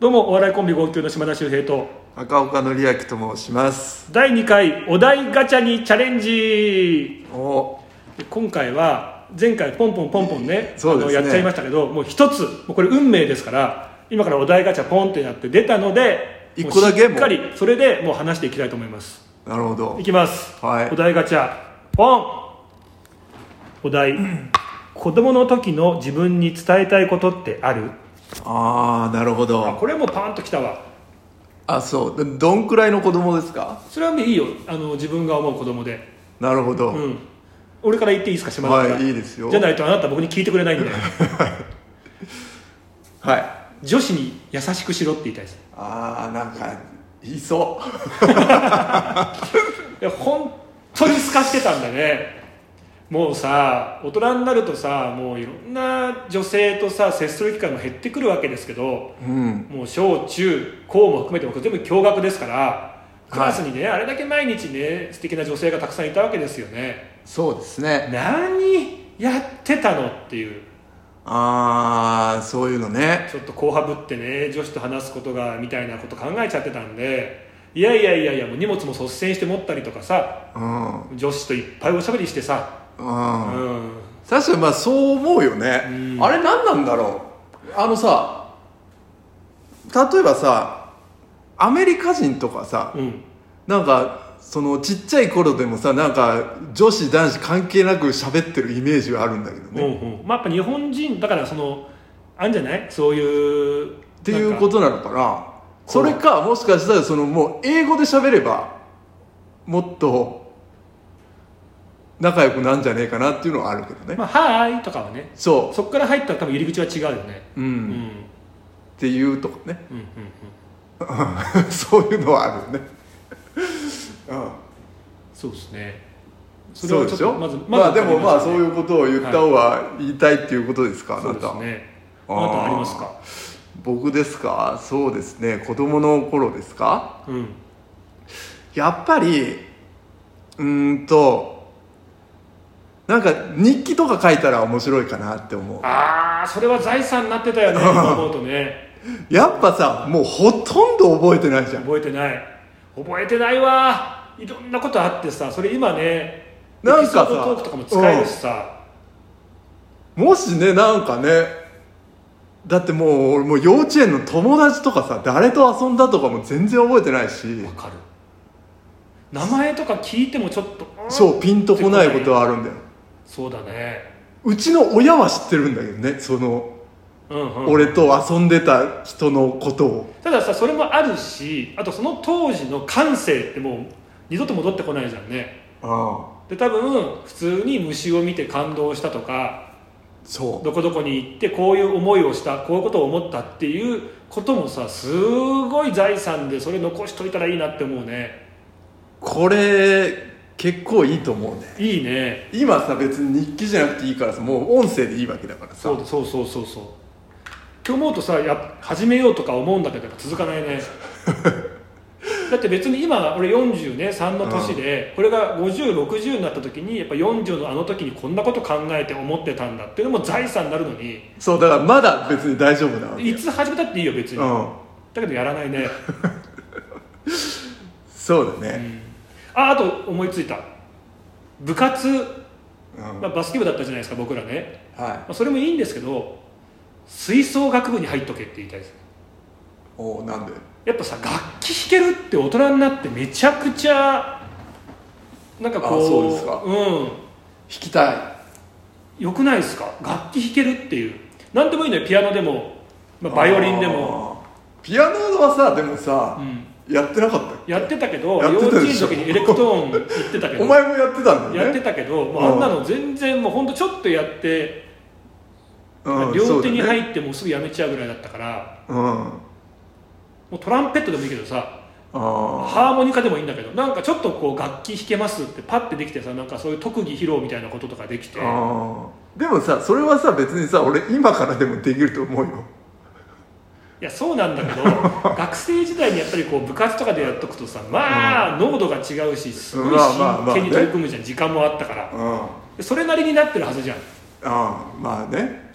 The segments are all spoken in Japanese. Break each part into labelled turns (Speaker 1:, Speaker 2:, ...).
Speaker 1: どうもお笑いコンビ号泣の島田秀平と
Speaker 2: 赤岡典明と申します
Speaker 1: 第2回お題ガチャにチャレンジ
Speaker 2: お
Speaker 1: 今回は前回ポンポンポンポンね
Speaker 2: そう
Speaker 1: あ
Speaker 2: ですね
Speaker 1: のやっちゃいましたけどもう一つもうこれ運命ですから今からお題ガチャポンってやって出たので
Speaker 2: 一個だ
Speaker 1: も
Speaker 2: け
Speaker 1: うしっかりそれでもう話していきたいと思います
Speaker 2: なるほど
Speaker 1: いきます、
Speaker 2: はい
Speaker 1: お題ガチャポンお題、子供の時の自分に伝えたいことってある
Speaker 2: ああなるほ
Speaker 1: あ
Speaker 2: ど
Speaker 1: これもパンときたわ
Speaker 2: あそうでどんくらいの子供ですか
Speaker 1: それはねいいよあの自分が思う子供で
Speaker 2: なるほど、
Speaker 1: うん俺から言っていいですか島田から
Speaker 2: はいいいですよ
Speaker 1: じゃないとあなた僕に聞いてくれないん で
Speaker 2: はい
Speaker 1: 女子に優しくしろって言いたいです
Speaker 2: ああなんかいそ
Speaker 1: いや本当に透かしてたんだねもうさ大人になるとさもういろんな女性とさ接する機会も減ってくるわけですけど
Speaker 2: ううん
Speaker 1: もう小中高も含めて僕全部共学ですからクラスにね、あれだけ毎日ね素敵な女性がたくさんいたわけですよね
Speaker 2: そうですね
Speaker 1: 何やってたのっていう
Speaker 2: ああそういうのね
Speaker 1: ちょっと後輩ぶってね女子と話すことがみたいなこと考えちゃってたんでいやいやいやいやもう荷物も率先して持ったりとかさ
Speaker 2: うんうん
Speaker 1: 女子といっぱいおしゃべりしてさうん
Speaker 2: 確かにまあそう思うよね、
Speaker 1: うん
Speaker 2: あれ何なんだろうあのさ例えばさアメリカ人とかさ、
Speaker 1: うん
Speaker 2: なんかそのちっちゃい頃でもさなんか女子男子関係なく喋ってるイメージはあるんだけど
Speaker 1: う
Speaker 2: ね、っ
Speaker 1: んうんまあやっぱ日本人だからそのあんじゃないそういうって
Speaker 2: いうことなのかなそれかもしかしたらそのもう英語で喋ればもっと仲良くなんじゃねえかなっていうのはあるけどね、
Speaker 1: まあ「はーい」とかはね
Speaker 2: そ
Speaker 1: そこから入ったら多分入り口は違うよね
Speaker 2: う、う
Speaker 1: うん
Speaker 2: ん、っ
Speaker 1: うん
Speaker 2: ていうとかね
Speaker 1: うんうん
Speaker 2: そういうのはあるよね、うん
Speaker 1: そうですねれ
Speaker 2: そ
Speaker 1: は
Speaker 2: う
Speaker 1: ちょ
Speaker 2: で
Speaker 1: っ
Speaker 2: し
Speaker 1: と
Speaker 2: ょ
Speaker 1: まず
Speaker 2: まあでもまあそういううことを言った方が言いたいっていうことですか、あ
Speaker 1: そ
Speaker 2: な
Speaker 1: うで
Speaker 2: た
Speaker 1: すねあ
Speaker 2: あ
Speaker 1: な
Speaker 2: ー
Speaker 1: たありますか
Speaker 2: 僕ですかそうですね子供の頃ですか
Speaker 1: うん
Speaker 2: やっぱりうーんとなんか日記とか書いたら面白いかなって思
Speaker 1: ああそれは財産になってた よね今思うとね
Speaker 2: うやっぱさもうほとんど覚えてないじゃん
Speaker 1: 覚えてない覚えてないわいろんなことあってさそれ今ね
Speaker 2: なんかさ
Speaker 1: エピソードトークとかも使えるしさ、
Speaker 2: もしねなんかねだってもう俺もう幼稚園の友達とかさ誰と遊んだとかも全然覚えてないし
Speaker 1: わかる名前とか聞いてもちょっとうん
Speaker 2: そうピンとこないことはあるんだよ
Speaker 1: そうだね
Speaker 2: うちの親は知ってるんだけどねその
Speaker 1: うんうん
Speaker 2: 俺と遊んでた人のことを
Speaker 1: たださそれもあるしあとその当時の感性ってもう二度と戻ってこないじゃんね
Speaker 2: ああ
Speaker 1: で多分普通に虫を見て感動したとか
Speaker 2: そう
Speaker 1: どこどこに行ってこういう思いをしたこういうことを思ったっていうこともさすごい財産でそれ残しといたらいいなって思うね
Speaker 2: これ結構いいと思うね
Speaker 1: いいね
Speaker 2: 今さ別に日記じゃなくていいからさもう音声でいいわけだからさ
Speaker 1: そうそうそうそうそうって思うとさや始めようとか思うんだけどやっぱ続かない ねだって別に今俺43ね3の年で、これが5060になった時にやっぱ40のあの時にこんなこと考えて思ってたんだっていうのも財産になるのに
Speaker 2: そうだからまだ別に大丈夫なわけ
Speaker 1: いつ始めたっていいよ別に、
Speaker 2: うん
Speaker 1: だけどやらないね、
Speaker 2: そうだ
Speaker 1: う
Speaker 2: ね、
Speaker 1: んああと思いついた部活、
Speaker 2: うん
Speaker 1: まあ、バスケ部だったじゃないですか僕らね、
Speaker 2: はい
Speaker 1: まあ、それもいいんですけど吹奏楽部に入っとけって言いたいです
Speaker 2: おおなんで
Speaker 1: やっぱさ楽器弾けるって大人になってめちゃくちゃなんかこう
Speaker 2: あそうですかきたい
Speaker 1: うんよくないですか楽器弾けるっていう何でもいいのよピアノでも、まあ、バイオリンでも、
Speaker 2: あーピアノはさでも
Speaker 1: う
Speaker 2: さ、
Speaker 1: ん、
Speaker 2: やってなかったっけ
Speaker 1: やってたけど
Speaker 2: やって
Speaker 1: 幼
Speaker 2: たでしょ
Speaker 1: 稚園の時にエレクトーン行ってたけど
Speaker 2: お前もやってたんだ
Speaker 1: や
Speaker 2: よ
Speaker 1: っ
Speaker 2: ね
Speaker 1: てたけど、もうあんなの全然もうほんとちょっとやって、
Speaker 2: う
Speaker 1: 両
Speaker 2: ん
Speaker 1: 手に
Speaker 2: そうだね
Speaker 1: 入ってもうすぐやめちゃうぐらいだったから
Speaker 2: うん
Speaker 1: もうトランペットでもいいけどさ
Speaker 2: あ
Speaker 1: ハーモニカでもいいんだけどなんかちょっとこう楽器弾けますってパッてできてさなんかそういう特技披露みたいなこととかできて
Speaker 2: ーあーでもさそれはさ別にさ俺今からでもできると思うよ
Speaker 1: いやそうなんだ けど学生時代にやっぱりこう部活とかでやっとくとさまあ濃度が違うしすごい
Speaker 2: まあまあま
Speaker 1: 真
Speaker 2: あ
Speaker 1: 剣
Speaker 2: ね
Speaker 1: に取り組むじゃん時間もあったから
Speaker 2: うんあ
Speaker 1: でそれなりになってるはずじゃん
Speaker 2: あーまあね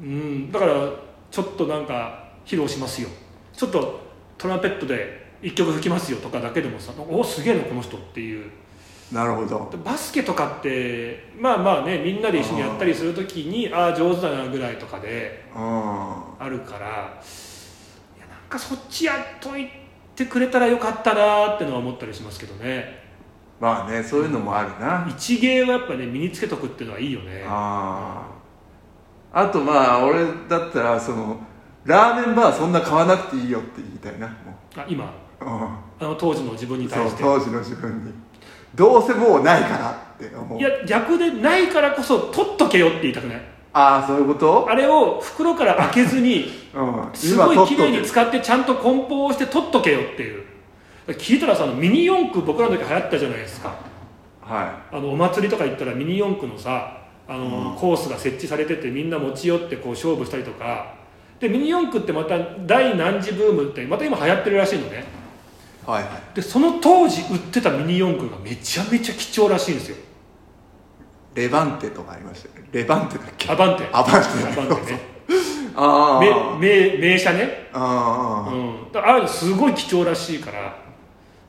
Speaker 1: うんだからちょっとなんか披露しますよちょっとトランペットで1曲吹きますよとかだけでもさおすげえなこの人っていう
Speaker 2: なるほど
Speaker 1: バスケとかってまあまあねみんなで一緒にやったりするときにああー上手だなぐらいとかで
Speaker 2: あ
Speaker 1: あるからいやなんかそっちやっといてくれたらよかったなーってのは思ったりしますけどね
Speaker 2: まあねそういうのもあるな、
Speaker 1: 一芸はやっぱね身につけとくっていうのはいいよね
Speaker 2: あああとまあ俺だったらそのラーメンバーそんな買わなくていいよって言いたいなも
Speaker 1: あ今
Speaker 2: う、う
Speaker 1: あの当時の自分に
Speaker 2: ん、そ
Speaker 1: 対
Speaker 2: う
Speaker 1: して
Speaker 2: 当時の自分にどうせもうないからって思う
Speaker 1: いや逆でないからこそ取っとけよって言いたくない
Speaker 2: ああそういうこと、
Speaker 1: あれを袋から開けずに
Speaker 2: うん、
Speaker 1: すごい
Speaker 2: 取
Speaker 1: 綺
Speaker 2: っと
Speaker 1: 麗
Speaker 2: け
Speaker 1: に使ってちゃんと梱包をして取っとけよっていう聞いたらさあのミニ四駆僕らの時流行ったじゃないですか
Speaker 2: は
Speaker 1: あのお祭りとか行ったらミニ四駆のさあの、
Speaker 2: うん
Speaker 1: コースが設置されててみんな持ち寄ってこう勝負したりとかでミニ四駆ってまた第何次ブームってまた今流行ってるらしいのね
Speaker 2: いはいはい
Speaker 1: でその当時売ってたミニ四駆がめちゃめちゃ貴重らしいんですよ
Speaker 2: レバンテとかありましたよレバンテだっけ
Speaker 1: アバンテ
Speaker 2: アバンテ
Speaker 1: アバンテね
Speaker 2: あー
Speaker 1: 名名名車ね
Speaker 2: あー
Speaker 1: うん、だからああいうのすごい貴重らしいからだか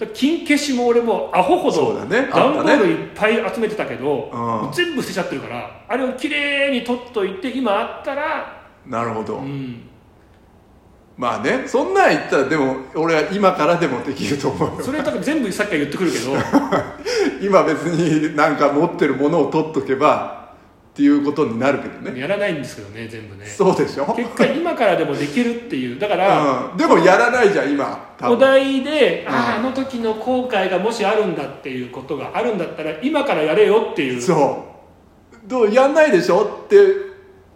Speaker 1: ら金消しも俺もアホほ
Speaker 2: そ
Speaker 1: ど
Speaker 2: う
Speaker 1: 段ボ
Speaker 2: だねあ
Speaker 1: ー
Speaker 2: った
Speaker 1: ル
Speaker 2: ね
Speaker 1: いっぱい集めてたけど、
Speaker 2: うん
Speaker 1: 全部捨てちゃってるからあれをきれいに取っといて今あったら、
Speaker 2: なるほど、
Speaker 1: うん、
Speaker 2: まあねそんなん言ったらでも俺は今からでもできると思うよ
Speaker 1: それだから全部さっきから言ってくる けど
Speaker 2: 今別になんか持ってるものを取っとけばっていうことになるけどね
Speaker 1: やらないんですけどね全部ね
Speaker 2: そうでしょ、
Speaker 1: 結果今からでもできるっていうだから、
Speaker 2: うん、でもやらないじゃん今多
Speaker 1: お
Speaker 2: 分
Speaker 1: 題で、
Speaker 2: うん
Speaker 1: あああの時の後悔がもしあるんだっていうことがあるんだったら今からやれよっていう
Speaker 2: そうどうやんないでしょって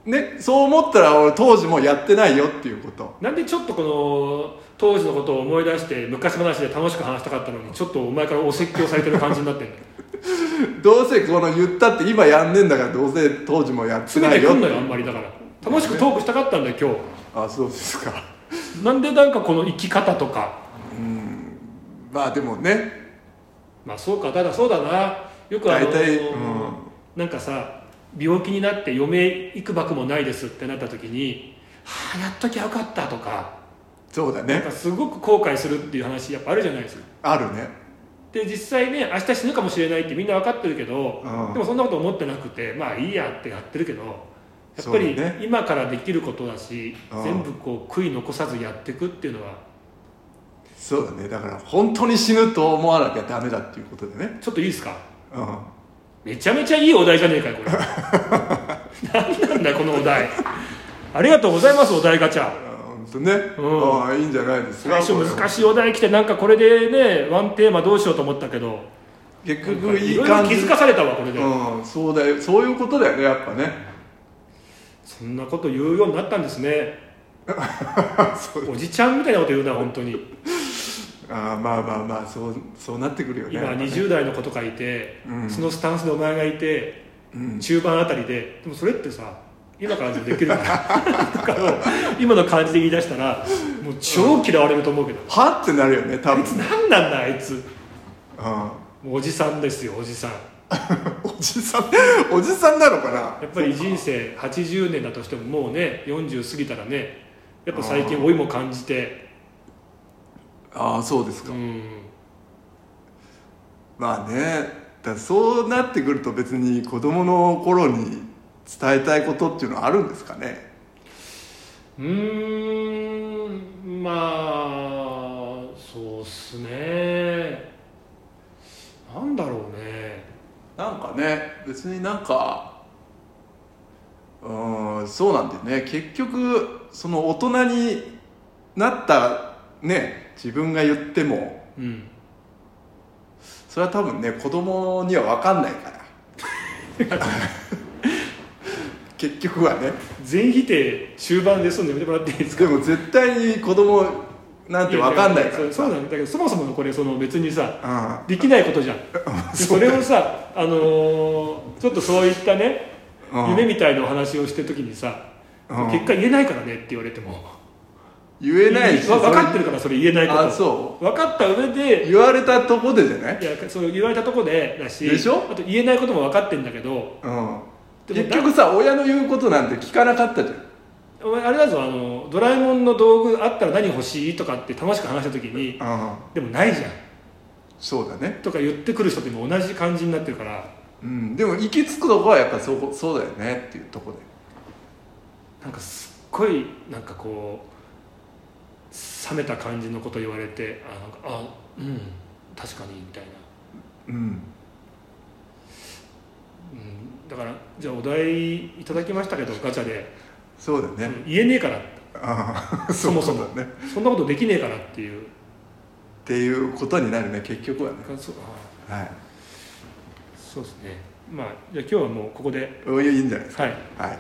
Speaker 2: ねそう思ったら俺当時もやってないよっていうこと
Speaker 1: なんでちょっとこの当時のことを思い出して昔話で楽しく話したかったのにちょっとお前からお説教されてる感じにな ってる
Speaker 2: どうせこの言ったって今やんねえんだからどうせ当時もやって
Speaker 1: 詰
Speaker 2: な
Speaker 1: め
Speaker 2: い
Speaker 1: て
Speaker 2: よ
Speaker 1: く
Speaker 2: っ
Speaker 1: んの
Speaker 2: て
Speaker 1: よあんまりだから楽しくトークしたかったんだよ今
Speaker 2: あそうですか
Speaker 1: 日なんでなんかこの生き方とか
Speaker 2: まあでもね
Speaker 1: まあそうかただそうだなよくあの
Speaker 2: 大体うん
Speaker 1: なんかさ病気になって余命いくばくもないですってなった時に「はあやっときゃよかった」とか
Speaker 2: そうだ
Speaker 1: なん
Speaker 2: ね
Speaker 1: かすごく後悔するっていう話やっぱあるじゃないですか
Speaker 2: あるね
Speaker 1: で実際ね明日死ぬかもしれないってみんな分かってるけど、
Speaker 2: うん
Speaker 1: でもそんなこと思ってなくてまあいいやってやってるけどやっぱ
Speaker 2: そう
Speaker 1: り
Speaker 2: だね
Speaker 1: 今からできることだし、
Speaker 2: うん
Speaker 1: 全部こう悔い残さずやっていくっていうのは
Speaker 2: そうだねだから本当に死ぬと思わなきゃダメだっていうことでね
Speaker 1: ちょっといいですか
Speaker 2: うん
Speaker 1: めちゃめちゃいいお題じゃねえかよこれ 何なんだこのお題ありがとうございますお題ガチャ
Speaker 2: あ本当ね、
Speaker 1: うん
Speaker 2: ああいいんじゃないです
Speaker 1: 最
Speaker 2: か
Speaker 1: 初難
Speaker 2: こ
Speaker 1: しいお題来てなんかこれでねワンテーマどうしようと思ったけど
Speaker 2: れ結
Speaker 1: いろ
Speaker 2: 局い
Speaker 1: い
Speaker 2: い
Speaker 1: ろ
Speaker 2: 感
Speaker 1: 気
Speaker 2: じ
Speaker 1: づかされたわこれで、
Speaker 2: うん、そうだよそういうことだよねやっぱね
Speaker 1: そんなこと言うようになったんです ね
Speaker 2: そう
Speaker 1: おじちゃんみたいなこと言うな本当に
Speaker 2: ああまあまあまあそうそうなってくるよね
Speaker 1: 今
Speaker 2: やっぱね
Speaker 1: 20代の子とかいて、
Speaker 2: うん
Speaker 1: そのスタンスでお前がいて、
Speaker 2: うん
Speaker 1: 中盤あたりででもそれってさ今からでもできるから とかを今の感じで言い出したらもう超嫌われると思うけど、
Speaker 2: はってなるよね多
Speaker 1: あ
Speaker 2: 分
Speaker 1: いつ何なんだあいつ
Speaker 2: う
Speaker 1: もうおじさんですよおじさん
Speaker 2: ん、おじさんおじさんなのかな
Speaker 1: やっぱり人生80年だとしてももうね40過ぎたらねやっぱ最近老いも感じて
Speaker 2: ああそうですか、
Speaker 1: うん
Speaker 2: まあねだそうなってくると別に子供の頃に伝えたいことっていうのはあるんですかね
Speaker 1: うーんまあそうっすねなんだろうね
Speaker 2: なんかね別になんかうーんそうなんだよね結局その大人になったね自分が言っても
Speaker 1: うん
Speaker 2: それは多分ね子供には分かんないから 結局はね
Speaker 1: 全否定中盤ですんでやめてもらっていいですか
Speaker 2: でも絶対に子供なんて分かんないか
Speaker 1: やや
Speaker 2: ら
Speaker 1: やそうそうなんだけどそもそものこれその別にさ
Speaker 2: うん
Speaker 1: できないことじ ゃんでそれをさあのーちょっとそういったね
Speaker 2: うん
Speaker 1: 夢みたいなお話をしてる時にさ
Speaker 2: うん
Speaker 1: 結果言えないからねって言われても
Speaker 2: 言えないし
Speaker 1: わ分かってるからそれ言えないこ
Speaker 2: あ
Speaker 1: と
Speaker 2: そ
Speaker 1: 分かった上で
Speaker 2: う言われたとこでじゃない
Speaker 1: いやそう言われたとこでだし
Speaker 2: でしょ
Speaker 1: あと言えないことも分かってんだけど
Speaker 2: うん
Speaker 1: でも
Speaker 2: 結局さ親の言うことなんて聞かなかったじゃん
Speaker 1: お前あれだぞあのドラえもんの道具あったら何欲しいとかって楽しく話した時に
Speaker 2: うん
Speaker 1: でもないじゃん
Speaker 2: そうだね
Speaker 1: とか言ってくる人ってもう同じ感じになってるから
Speaker 2: うんでも行き着くとこはやっぱそこそうだよねっていうとこで
Speaker 1: なんかすっごいなんかこう冷めた感じのこと言われてあなんかあうん確かにみたいな、
Speaker 2: うん
Speaker 1: うん、だからじゃあお題いただきましたけどガチャで、
Speaker 2: そうだ
Speaker 1: う
Speaker 2: ね
Speaker 1: ん言えねえから
Speaker 2: ああ
Speaker 1: そもそも
Speaker 2: うだね
Speaker 1: そんなことできねえからっていう
Speaker 2: っていうことになるね結局はね
Speaker 1: なんかそうあ
Speaker 2: はい
Speaker 1: そうですねまあじゃあ今日はもうここで
Speaker 2: おいいいんじゃないです
Speaker 1: はい
Speaker 2: かはい